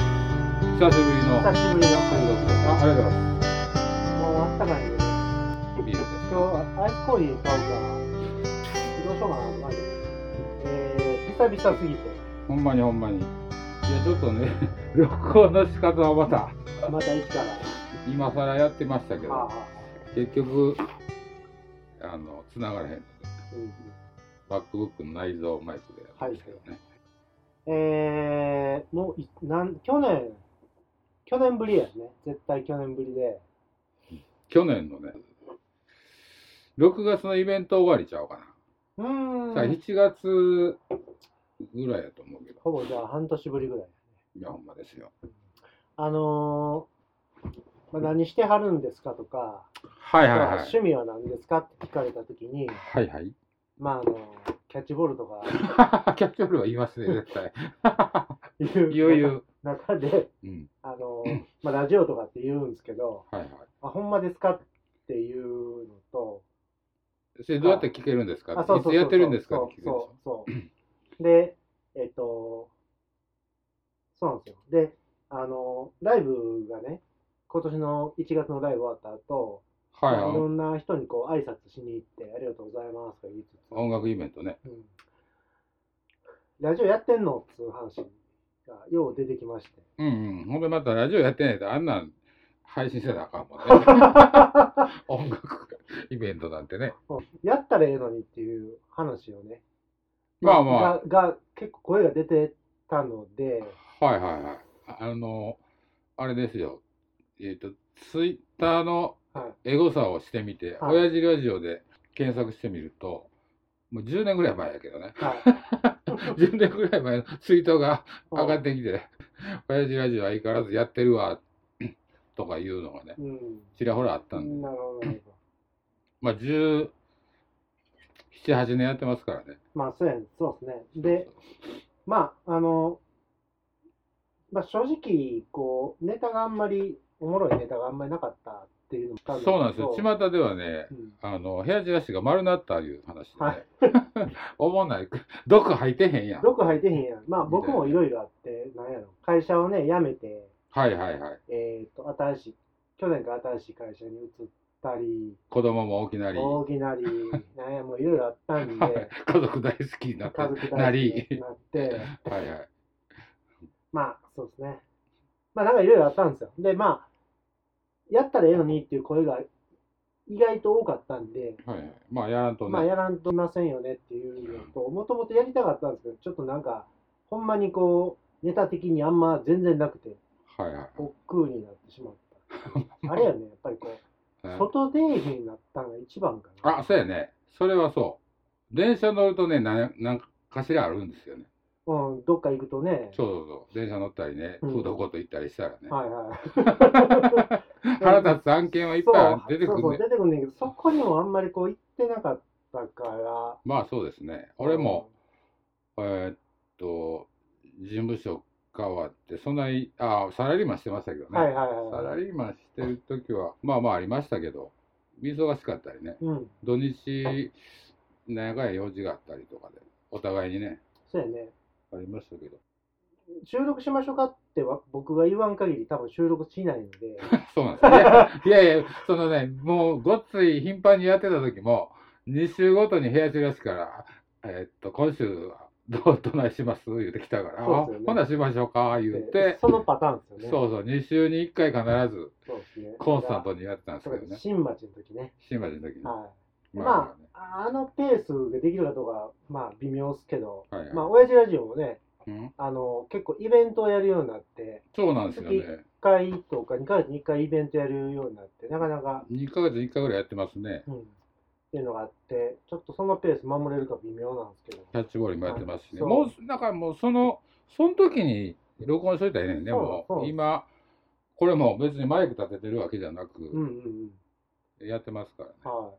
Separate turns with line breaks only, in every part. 久しぶりの単独ですあありがとうござい
久しぶりの
ま
もうあったかいんで、ね、
すビールです
今日アイスコーヒー買うから、どうしようかなと思って、えー、久々すぎて、
ほんまにほんまにいやちょっとね 旅行の仕方はまた
また一から。
今更やってましたけ
あ
ど結局あの繋がらへんので
あうん
バックブックの内蔵マイクでやってましたけどね、
えー、もういなん、去年、去年ぶりやね。絶対去年ぶりで。
去年のね6月のイベント終わりちゃうか
う
な、さあ
ーん。
7月ぐらいやと思うけど
ほぼじゃあ半年ぶりぐらい。
いやほんまですよ
あのーまあ、何してはるんですかとか、
はいはいはい
趣味は何ですかって聞かれたときに、
はいはい
まああの、キャッチボールとか
キャッチボールは言いますね絶対
いう
いよいよ
中で、
うん
あのーまあ、ラジオとかって言うんですけど、
はいはい
あ、ほんまですかっていうのと、
それどうやって聞けるんですか
あ、そうそうそうそう
いつやってるんですかっ
そ
て聞くんで
う
すよ
そう そう。で、えっと、そうなんですよ。で、あの、ライブがね、今年の1月のライブ終わった後、
はい
まあいろ
はい
んな人にこう挨拶しに行って、ありがとうございますとか言いつつ、
音楽イベントね
うんラジオやってんのっていう話がよう出てきまして。
うんうんほんでまたラジオやってないとあんなん配信せなあかんも んね音楽イベントなんてね
うんやったらええのにっていう話をね、
まあまあ
がが結構声が出てたの で、
はいはいはい。ああの、あれですよ。えっ、と、ツイッターの
はい
エゴサをしてみて、
はい。
親父ラジオで検索してみると、もう10年ぐらい前やけどね
はい
10年ぐらい前のツイートが上がってきて、 親父ラジオ相変わらずやってるわ、 とかいうのがね、
うん
ちらほらあったんで、
なるほどなるほど。
まあ17、8年やってますからね。
まあ、そうやねそうですね。で、まあ、あの、まあ、正直、こう、ネタがあんまり、おもろいネタがあんまりなかったっていうのも多分
そうなんですよ。巷ではね、
うん
あの、部屋チラシが丸なったいう話で、ね、
はい
おもんない。毒吐いてへんやん。
毒吐いてへんやん。まあ、僕もいろいろあって、なんやろ。会社をね、辞めて、
はいはいはい。
えっ、と、新しい、去年から新しい会社に移ったり、
子供も大きなり、
大き なり、なんや、もういろいろあったんで、
家族大好きになっ
家族
て、な
大好きに
り。
なって、
はいはい。
まあ、そうですね。まあ、なんかいろいろあったんですよ。で、まあ、やったらええのにっていう声が意外と多かったんで、
はいはい、まあ、やらんとね。
まあ、やらんといませんよねっていうのと、もともとやりたかったんですけど、ちょっとなんか、ほんまにこう、ネタ的にあんま全然なくて、
はいはい。
億劫になってし まった。あれやね、やっぱりこう、
うん
外出えへんになったのが一番かな。
あ、そうやね。それはそう。電車乗るとね、なんなんかしらあるんですよね。
うん、どっか行くとね、
そうそうそう。電車乗ったりね、
うん
フードコート行ったりしたらね。
はいはい。
腹立つ案件 はいっぱい出てく
そうそ
るね。
う、出てくんねんけど、そこにもあんまりこう行ってなかったから、
まあそうですね。俺も、えーっと、事務所変わって、そんなに、あサラリーマンしてましたけどね。
はいはい
サ
は
ラリーマンしてる時は、まあまあありましたけど、忙しかったりね、
い。うん、
土日、長い用事があったりとかで、お互いにね、
そうやね。
ありましたけど、
収録しましょうかっては僕が言わん限り多分収録しないので、
そうなんですね。いやいや、そのね、もうごっつい頻繁にやってた時も、2週ごとに部屋中らしから、えーっと、今週、どうどないします言うてきたから、
そうですよね
あほなしましょうか、言うて、
そのパターンですよね。
そうそう、2週に1回必ず、
そうですね。
コンスタントにやってたんです
そ
け
れ
ど
から
ね、
新町の時ね。
新橋の時に。
はい。
まあ
まあ、あのペースができるかどうか、まあ微妙ですけど、
はいはい
まあ、親父ラジオもね、
うん
あの、結構イベントをやるようになって、
そうなんですよね。
1回とか2ヶ月に1回イベントやるようになって、なかなか、
2ヶ月に1回ぐらいやってますね。
うん、っていうのがあって、ちょっとそのペース守れるか微妙なんですけど。
キャッチボールもやってますしね。
そう
もう、だからもうその、その時に録音しといたらええねんね。
そう
も
そう
う、今、これも別にマイク立ててるわけじゃな
うん
く、
うんうん。
やってますからね。
はい。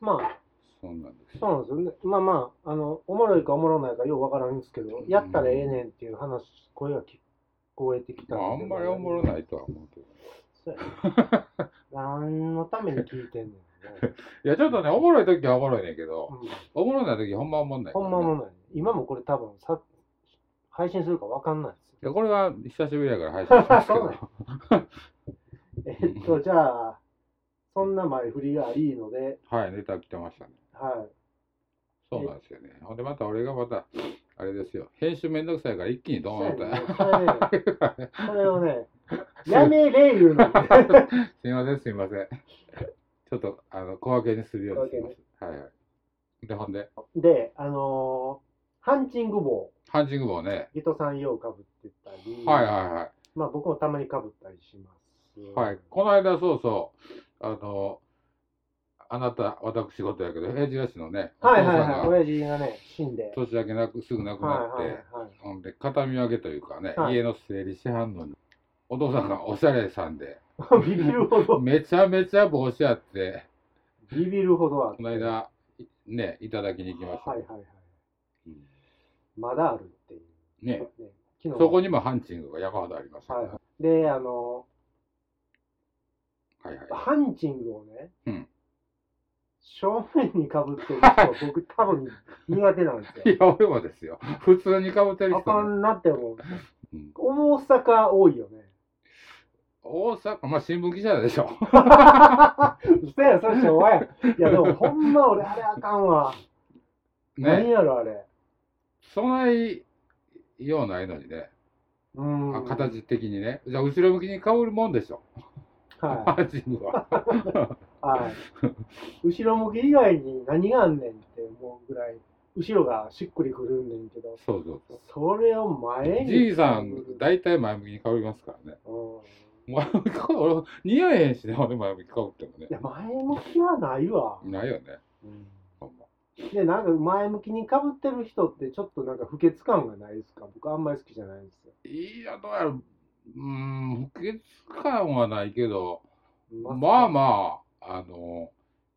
まあ、
そうなんです。
そうなんですよね。まあまあ、あの、おもろいかおもろないかようわからんですけど、やったらええねんっていう話、声が聞こえてきた
まあ、あんまりおもろ
い。
ないとは思うけど。
そう やね何のために聞いてんねんね。
いや、ちょっとね、おもろい時はおもろいねんけど、
うん
おもろない時ほんまおもんない、
ほんまおもろない。今もこれ多分さ、配信するかわかんないです
いやこれは久しぶりだから配信しますけ
そう
ど
な。よ。えっと、じゃあ、そんな前振りがありので、
はい、ネタ来てましたね。
は
そうなんですよね。ほんで、また俺がまた、あれですよ。編集めんどくさいから一気に
い。
ド
そ
ー
うや
ンと。
ねそれねそれをね、やめれ言うのに。
すいません、すいません。ちょっと、あの、小分けにするようにします。はいはい。で、ほんで、
で、あのーハンチング帽、
ハンチング帽ね。
ギトさん用かぶってたり、
はいはいはい。
まあ僕もたまにかぶったりします。
はい、この間、そうそう、あの、あなた、私事やけど、平地市のね、お父
は
さ
い
ん
はいはい、
が
親父がね、死んで。
年明けなく、すぐ亡くなって、
はいはいはい。
ほんで、形見上げというかね、
はい
家の整理しはんのに、お父さんがおしゃれさんで、
ビビるほど、
めちゃめちゃ帽子あって、
ビビるほどは。
この間、いね、いただ きに行きました。
はいはいはい。
うん
まだあるっていう。
ね、
ね昨日
そこにもハンチングが山ほどあります、
は
はい
はい。で、あの、
いはい。
ハンチングをね、
うん
正面にかぶってる人、僕多分苦手なんです
い
よ。
や、俺もですよ。普通にかぶってる
あか
人ね、
んなって思う。
うん
大阪多いよ ね。
大阪、まあ、新聞記者でしょ。
そや、それ昭和や。いや、でもほんま俺、あれあかんわ。何
ね、
やろ、あれ。
そないようないのにね。
うん。
あ形的にね。じゃあ、後ろ向きにかぶるもんでしょ。
は
ハンチング は。
い。はい。後ろ向き以外に何があんねんって思うぐらい、後ろがしっくりくるんねんけど、
そうそうそう。
それを前に。
じいさん、大体前向きにかぶりますからね。
うん。
前向き、俺、似合えへんしね、俺前向きかぶってもね
い。や、前向きはないわ。
ないよね。ほんま
で、なんか前向きにかぶってる人って、ちょっとなんか不潔感がないですか僕あんまり好きじゃないんですよ。
いや、どうやろう。うーん、不潔感はないけど、
ま
まあまあ、あの、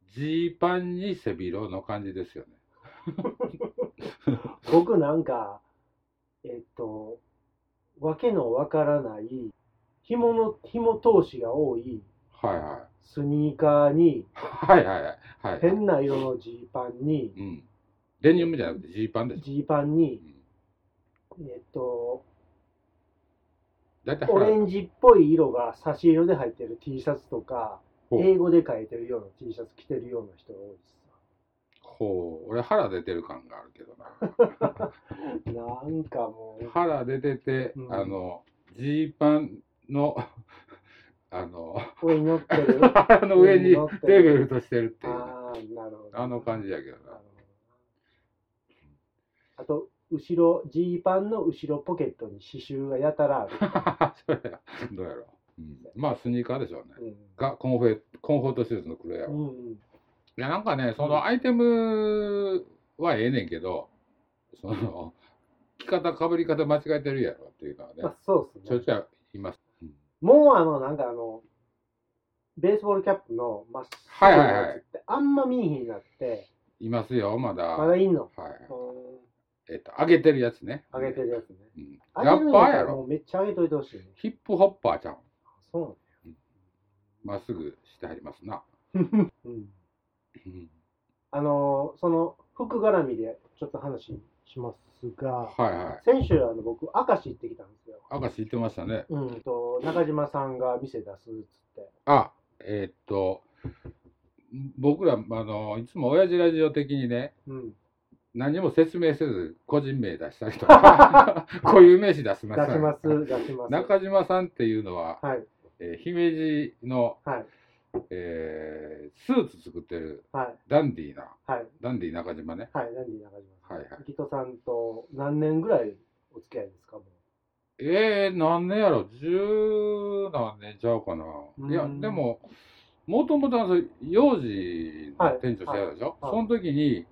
ジーパンに背広の感じですよね。
僕なんか、えっと、わけのわからない、紐の、紐通しが多い
はいは
スニーカーに、
い。はいはいはい。はい、
変な色のジーパンに、
うん。デニムじゃなくてジーパンでしょ。
ジーパンに、えっと、
だいたい
オレンジっぽい色が差し色で入ってる T シャツとか、
ほう
英語で書いてるような T シャツ着てるような人が多いです。
ほう、俺腹出てる感があるけどな。
なんかもう、
腹出てて、
うん
あの、ジーパンの、 あ の、
俺に乗っ てる。
腹の上に
乗って
デ
る
ベルとしてるっていうね、
ああ、なるほど。
あの感じやけど
なる
な
ほ。ど。あと、後ろ、ジーパンの後ろポケットに刺繍がやたらある。
それはどうやろう、うんまあ、スニーカーでしょうね。
うん
がコンフェコンフォートシューズの黒やわ。い
うんうん、
や、なんかね、そのアイテムはええねんけど、その、着方、かぶり方間違えてるやろっていうのはね
ま、あ、そうで
ちょ
すね
い。ちょいいます。うん
もうあの、なんかあの、ベースボールキャップのまっすぐ
はいはいはい
のやつってあんま見えひんなって、
いますよ、まだ。
まだいんの。
はい。
うん
えっと、上げてるやつね。
上げてるやつね。
うん。
あ
ラッパーや
も
ろ。
うめっちゃ上げといてほしいね。
ヒップホッパーちゃん。
そうなの
まっすぐしてはりますな。
うん。
うん
あのー、その、服絡みでちょっと話しますが、
はいはい。
先週あの僕、明石行ってきたんですよ。
赤知ってましたね。
うんと中島さんが店出すっつって、
あ、えっと、僕ら、あの、いつも親父ラジオ的にね、
うん、
何も説明せず、個人 名出したりとか、こういう名詞出し
出
ま
し
す。
ます、出します。
中島さんっていうのは、
はい、
えー姫路の、
はい、
えースーツ作ってる
はい、
ダンディーな、
はい、
ダンディー中島ね。
はい、何で中島さん。
はいはい
きとさんと何年ぐらいお付き合いですか、も
えー、何年やろ、十何年ちゃうかな。
うん
いや、でも、もともとあの幼児の店長してたでしょ、
はいはい
その時に、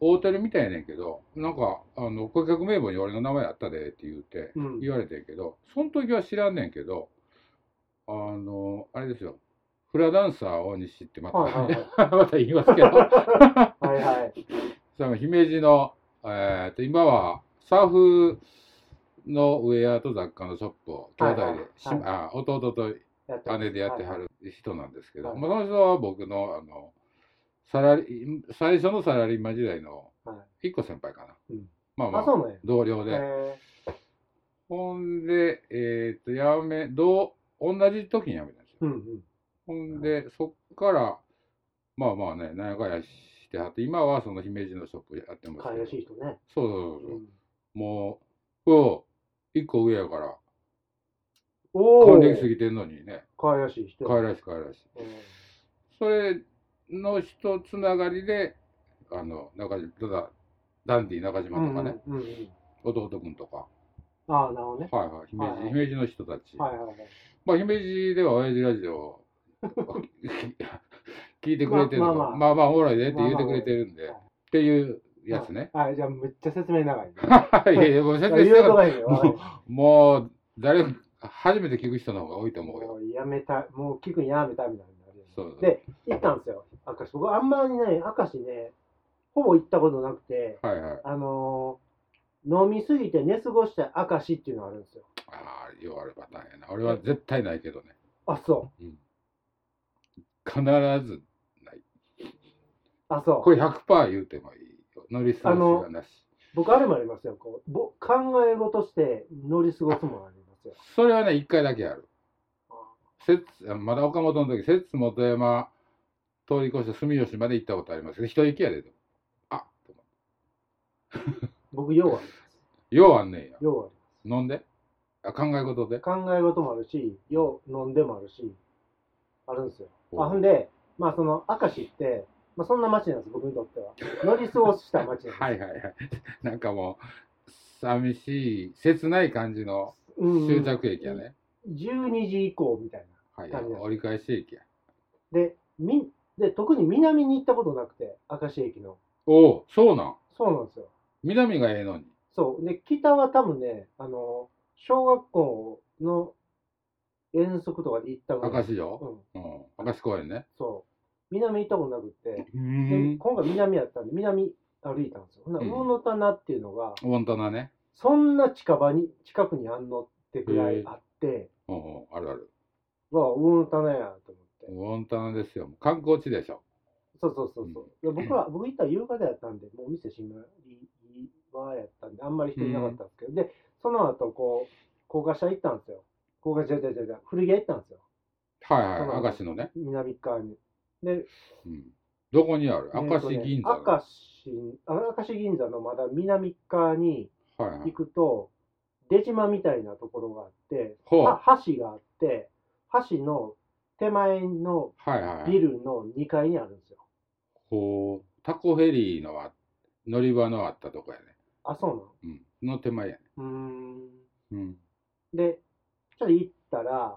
大手るみたいやねんけど、なんか、あの顧客名簿に俺の名前あったでって言うて、
う。うん、
言われてんけど、その時は知らんねんけど、あの、あれですよ、フラダンサー大西ってまた、
はいは い
また言いますけど、
はい、はい、
その姫路の、えー、と今はサーフのウェアと雑貨のショップを兄弟で、
はいはい
しあ弟と
やってます
姉でやっては
はい
る人なんですけど、
はい
まあ、その人は僕のあのサラリ最初のサラリーマン時代の
はい
一個先輩かな、
うん
まあま
あ、
あ
そうなんや。
同僚で、
え
ほんで、えっと、やめ、どう、同じ時にやめたんですよ。
うんうん。
ほんで、そっから、まあまあね、長屋してはって、今はその姫路のショップやってますけ
可愛
ど。
らしい人ね。
そうそう
う
そうそう。
ん
もう、うん、一個上やから、
お
還暦過
ー
ぎてんのにね、
可愛らしい人。
可愛らしい可愛らしい。
うん
それの人つながりで、あの、中島、ただ、ダンディ中島とかね、
うんうんうん。
弟君とか、
ああ、なるほどね。
はいはい、姫路、
はいはい
姫路の人たち。
はいはいはい。
まあ、姫路では親父ラジオ、 聞いてくれてるの、ま
まあまあまあ
あ、まあおもろいでって言ってくれてるんで、
まあまあ
っていうやつね。
はい、じゃあめっちゃ説明長いね。
いやいや、もう
いや
説明し
言う
た
こと
か
ないよ。わかりま
ら、もう、誰も、初めて聞く人の方が多いと思う
したも
よ。
うやめた、もう聞くんやめたみたいになるよね
そうそう
で、行ったんですよ、明石。僕、あんまりね、明石ね、ほぼ行ったことなくて、
はいはい。
あのー飲みすぎて寝過ごした明石っていうのがあるんですよ。
ああ、ようあるパターンやな。俺は絶対ないけどね。
あ、そう。
必ず、
あ、そ
これ100%言うてもいいよ。乗り過ごしがなし。
う。僕、あれもありますよ。こうぼ考え事して乗り過ごすもんありますよ。
それはね、一回だけある
あ。
せまだ岡本の時、摂津本山通り越して住吉まで行ったことありますけど、一息やでと。あ
僕、ようありま
ようあんねんや。
す。ようありま。。
飲んであ考え事です
考え事もあるし、よう飲んでもあるし、あるんですよ。
お
あほんで、まあ、その明石って、まあ、そんな町なんです、僕にとっては。乗り過ごした町なんです。
はいはいはい。なんかもう、寂しい、切ない感じの
うん
終着駅やね。
12時以降みたい
はい、
なるほど
折り返し駅や。
な。で、みで特に南に行ったことなくて、明石駅の。
おお、そうなん。
そうなんですよ。
南がええのに。
そう。で、北は多分ね、あの、小学校の遠足とかで行ったこと
明
ない。
石
う
城、
ん、
うん、明石公園ね。
そう。南行ったことなくて、
うー
で
ん。
今回南やったんで、南歩いたんですよ。ほんなら
うん
魚の棚っていうのが、
ウォンタナね。
そんな近場に、近くにあんのってくらいあって、
うんうん、あるある。
わあ、魚の棚やと思って。
ウォンタナですよ。観光地でしょ。
そうそうそうそう。いや僕は、僕行ったら夕方やったんで、もうお店閉まりはやったんで、あんまり人いなかったんですけど、で、その後、こう、高架下行ったんですよ。高架下、じゃじゃじゃ古着屋行ったんですよ。
はい
そうな
は
ん
い、
で
明
す
石のね。
南側に。で、
うん、どこにある明石銀座。
えっとね明石、あ明石銀座のまだ南側に
はいは
行
い。
くと、出島みたいなところがあって、
ほう。
は
は
橋があって、橋の手前の
いはいは
ビ
い。
ルの2階にあるんですよ。
ほう。タコフェリーのあ乗り場のあったとこやね。
あ、そうなの
うん。の手前やね。
うーん。
うん。
で、ちょっと行ったら、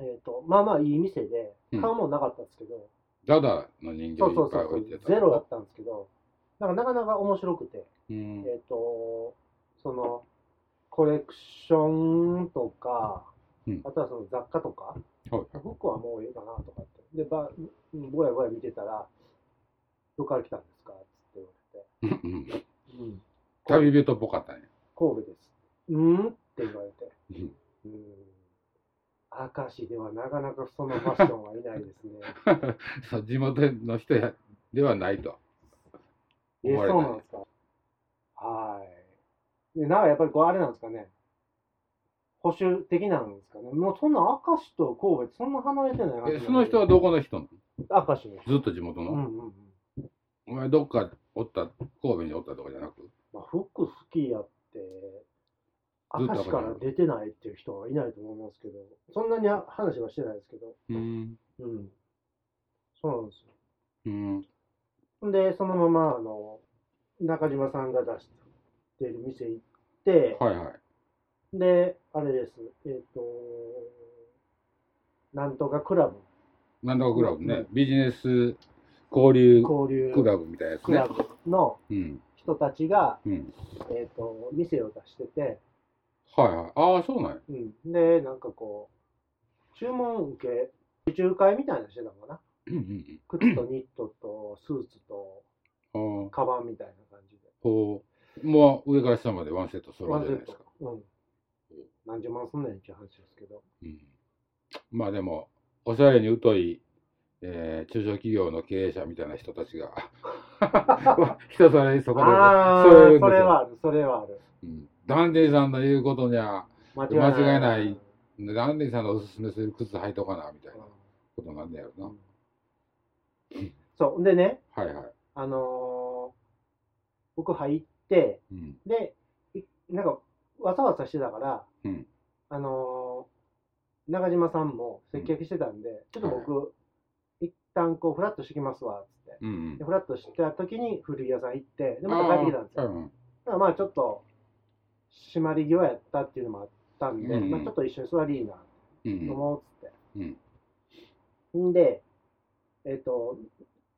えっ、と、まあまあいい店で
う、ん
買うもんなかったんですけど、
ダダの人形い
そうそう
っ
そ
ぱいう
そ
置いうてた。
ゼロだったんですけど、なんかなかなか面白くて、
うん。
えっ、と、その、コレクションとか
うん、
あとはその雑貨とか、
はい
服はもうええかなとかって、で、ば、ぼやぼや見てたら、どっから来たんですかって言われ
う
て、
んうん
うん、
旅人っぽかったね。
神戸です。うんって言われて。
うん
うーん明石ではなかなかそのファッションはいないですね。
そう地元の人やではないと。
え、
思われた
そうなんですか。はい。で、なんかやっぱりこう、あれなんですかね。保守的なんですかね。もうそんな明石と神戸ってそんな離れてないはずな
え、その人はどこの人な
は明石です。
のずっと地元
う
の、
んうんうん。
お前どっかおった、神戸におったとかじゃなく
まあ、服好きやって、
ずっ
明
と
石から出てないっていう人はいないと思いますけど、そんなに話はしてないですけど、
うん。
うん。そうなんですよ。
うん。
で、そのまま、あの、中島さんが出してる店行って、
はいはい。
で、あれです、えっ、と、なんとかクラブ、
なんとかクラブね、
うん
ビジネス交流
交流
クラブみたいなやつ
ク
ね
ラ。ブの
うん。
人たちが、
うん。
えっ、と、店を出してて、
はいはい。ああ、そうなんや。
うん。で、なんかこう、注文受け、受注会みたいなのしてたのかな。
うんうん
靴とニットとスーツと
うん。ああ、
カバンみたいな感じで。
こう、もう上から下までワンセット揃
ワ
う
ン
じ
セ
ゃない
ッ
ですか
ト。。うん。何十万すんねんっていう話ですけど。
うん。まあでも、おしゃれに疎い、えー中小企業の経営者みたいな人たちが、人それそこで、
ああ
そういうんで
ー、
す
それ
よ
はある、それはある。
うんダンディさんの言うことには、
間
間違いないダンディさんのおすすめする靴履いとかな、みたいなことなんだよな。
そう。でね、
はいはい。
あのー僕入って、
うん。
で、いなんか、わさわさしてたから、
うん
あのー中島さんも接客してたんで、ちょっと僕、一旦こう、フラッとしてきますわ、つって。
うんうん
で、。フラッとした時に古着屋さん行って、で、また帰ってきたんですよ。
うん
だからまあ、ちょっと、締まり際やったっていうのもあったんで、
うん
まあ、ちょっと一緒に座りいいな、
う
飲
ん。
もう、つって。
うん。
んで、えっ、と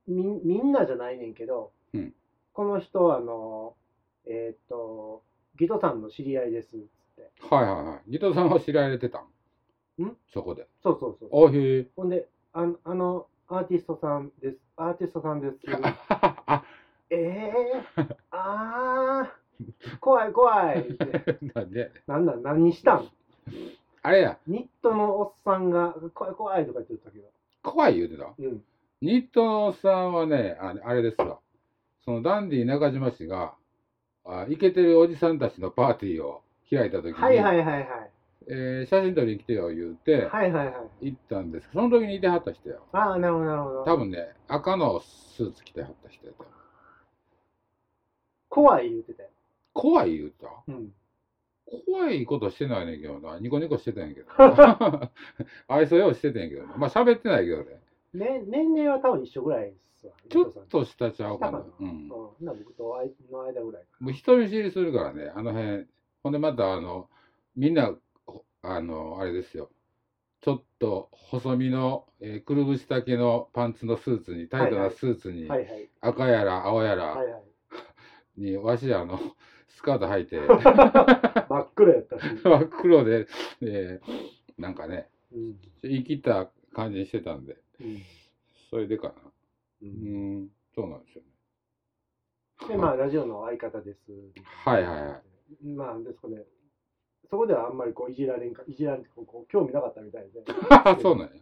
み、みんなじゃないねんけど、
うん
この人、あの、えっ、と、ギトさんの知り合いです、つって。
はいはいはい。ギトさんは知られてたん
ん
そこで。
そうそうそう。
おへえ。
ほんで、あの、あのアーティストさんです、アーティストさん です。
あ、
ええー、あー、怖い怖いって。
なんで
なんだ、何したん
あれや、
ニットのおっさんが、怖い怖いとか言ってたけど。
怖い言うてた。
うん。
ニットのおっさんはね、ああれですわ。そのダンディ中島氏が、あイケてるおじさんたちのパーティーを開いた時に、
はいはいはいはい。
えー写真撮りに来てよ言うて、
はいはいはい。
行ったんですけど、その時にいてはった人や。
ああ、なるほどなるほど。
多分ね、赤のスーツ着てはった人やった。
怖い言ってたよ。
怖い言うた
うん。
怖いことしてないねんけどな。ニコニコしてたんやけ ど。愛想ようしてたんやけどな。まあ喋ってないけどね。
ね、年齢は多分一緒ぐらいですわ。
ちょっとしたちゃ
下
う
か
か
な。
な。う
うんん。。な僕とあいの間ぐらいか
もう人見知りするからね、あの辺。ほんでまた、あの、みんな、ほあの、あれですよ。ちょっと細身の、えーくるぶし丈のパンツのスーツに、タイトなスーツに、
な。はいはい。
赤やら青や
は
ら
い はい。
に、わしあの、 スカート履いて、
真っ黒やったし。
真っ黒で、えーなんかね、
うん。
生きた感じにしてたんで、
うん
それでかな。う
う
んーん、そうなんですよね。
で、まあ、ラジオの相方です。。
はいはいはい
まあ、ですかね。そこではあんまりこういじられんか、いじられんか、こう興味なかったみたいで。
あ そうなんや。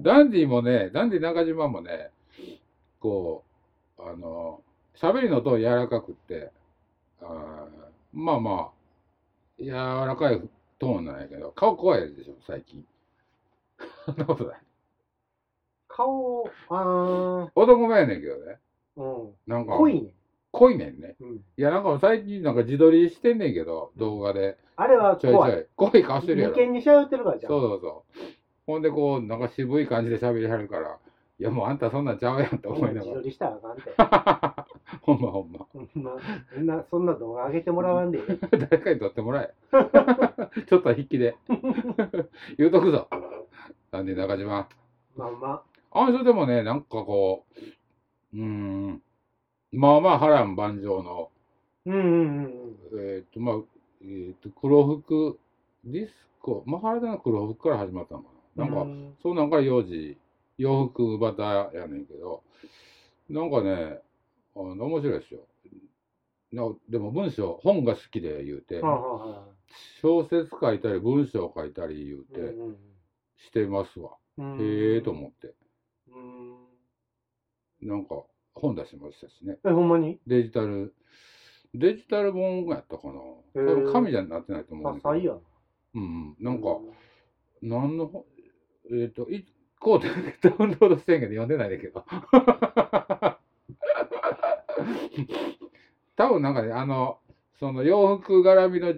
ダンディもね、ダンディ中島もね、こう、あの、喋りのと柔らかくって、あーまあまあ、柔らかいトーンなんやけど、顔怖いでしょ、最近。 そんなことない。
顔、あ
男前やねんけどね。
ー、うん。
なんか、
濃いね。
濃いねんね。
うん。
いや、なんか最近なんか自撮りしてんねんけど、動画で。
あれは
ちょいちょ
怖い。
い。濃い顔してるや
眉
ろ。
間にしゃべってるからじゃん。
そうそうそう。ほんでこう、なんか渋い感じで喋りはるから、いやもうあんたそんなんちゃうやんと思いな
自
が
撮りしたらあかんて。
ら。 ほんまほんま。
ほんまそんな、そんな動画上げてもらわんで いい。
誰かに撮ってもらえ。 ちょっと筆記で。 言うとくぞ。なんで中島。
まあま
あの人でもね、なんかこう、うーん、まあまあ波乱万丈の、
あ。うんうんうんうん。
えーっと、まあ、えーっと、黒服、ディスコ、マハラダの黒服から始まったのかな。なんか、
うん
そうなんか幼児、洋服バタやねんけど、なんかね、あの面白いですよ。なでも文章、本が好きで言うて、
はいはいは
小説書いたり文章書いたり言う
い
て
うん
してますわ。
うんうん
へえと思って。
うん。
なんか本出しましたしね。
え、ほんまに
デジタル、デジタル本やったかな。多
へえ
分紙じゃなってないと思う
多
んだ
彩
け
や
ど。うん、うんなんか、何の本、えっ、と、いこう ダウンロードしてんけど読んでないんだけど。 多分なんかね、あの、その洋服絡みの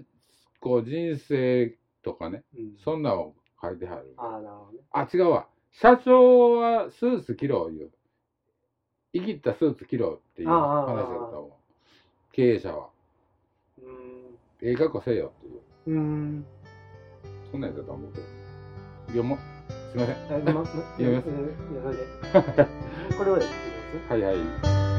こう人生とかね、
うん。
そんなんを書いてはる。
ああ、なるほどね。
あ、違うわ。社長はスーツ着ろいう。生きったスーツ着ろっていう
あああ
話
あ
だったもん。経営者は。ええ格好せえよっていう。
うん。うん。
そんなんやったと思うけど。読もう。すいません。
え、ま、え、
いや
えいやそれで。これはですね。
はいはい。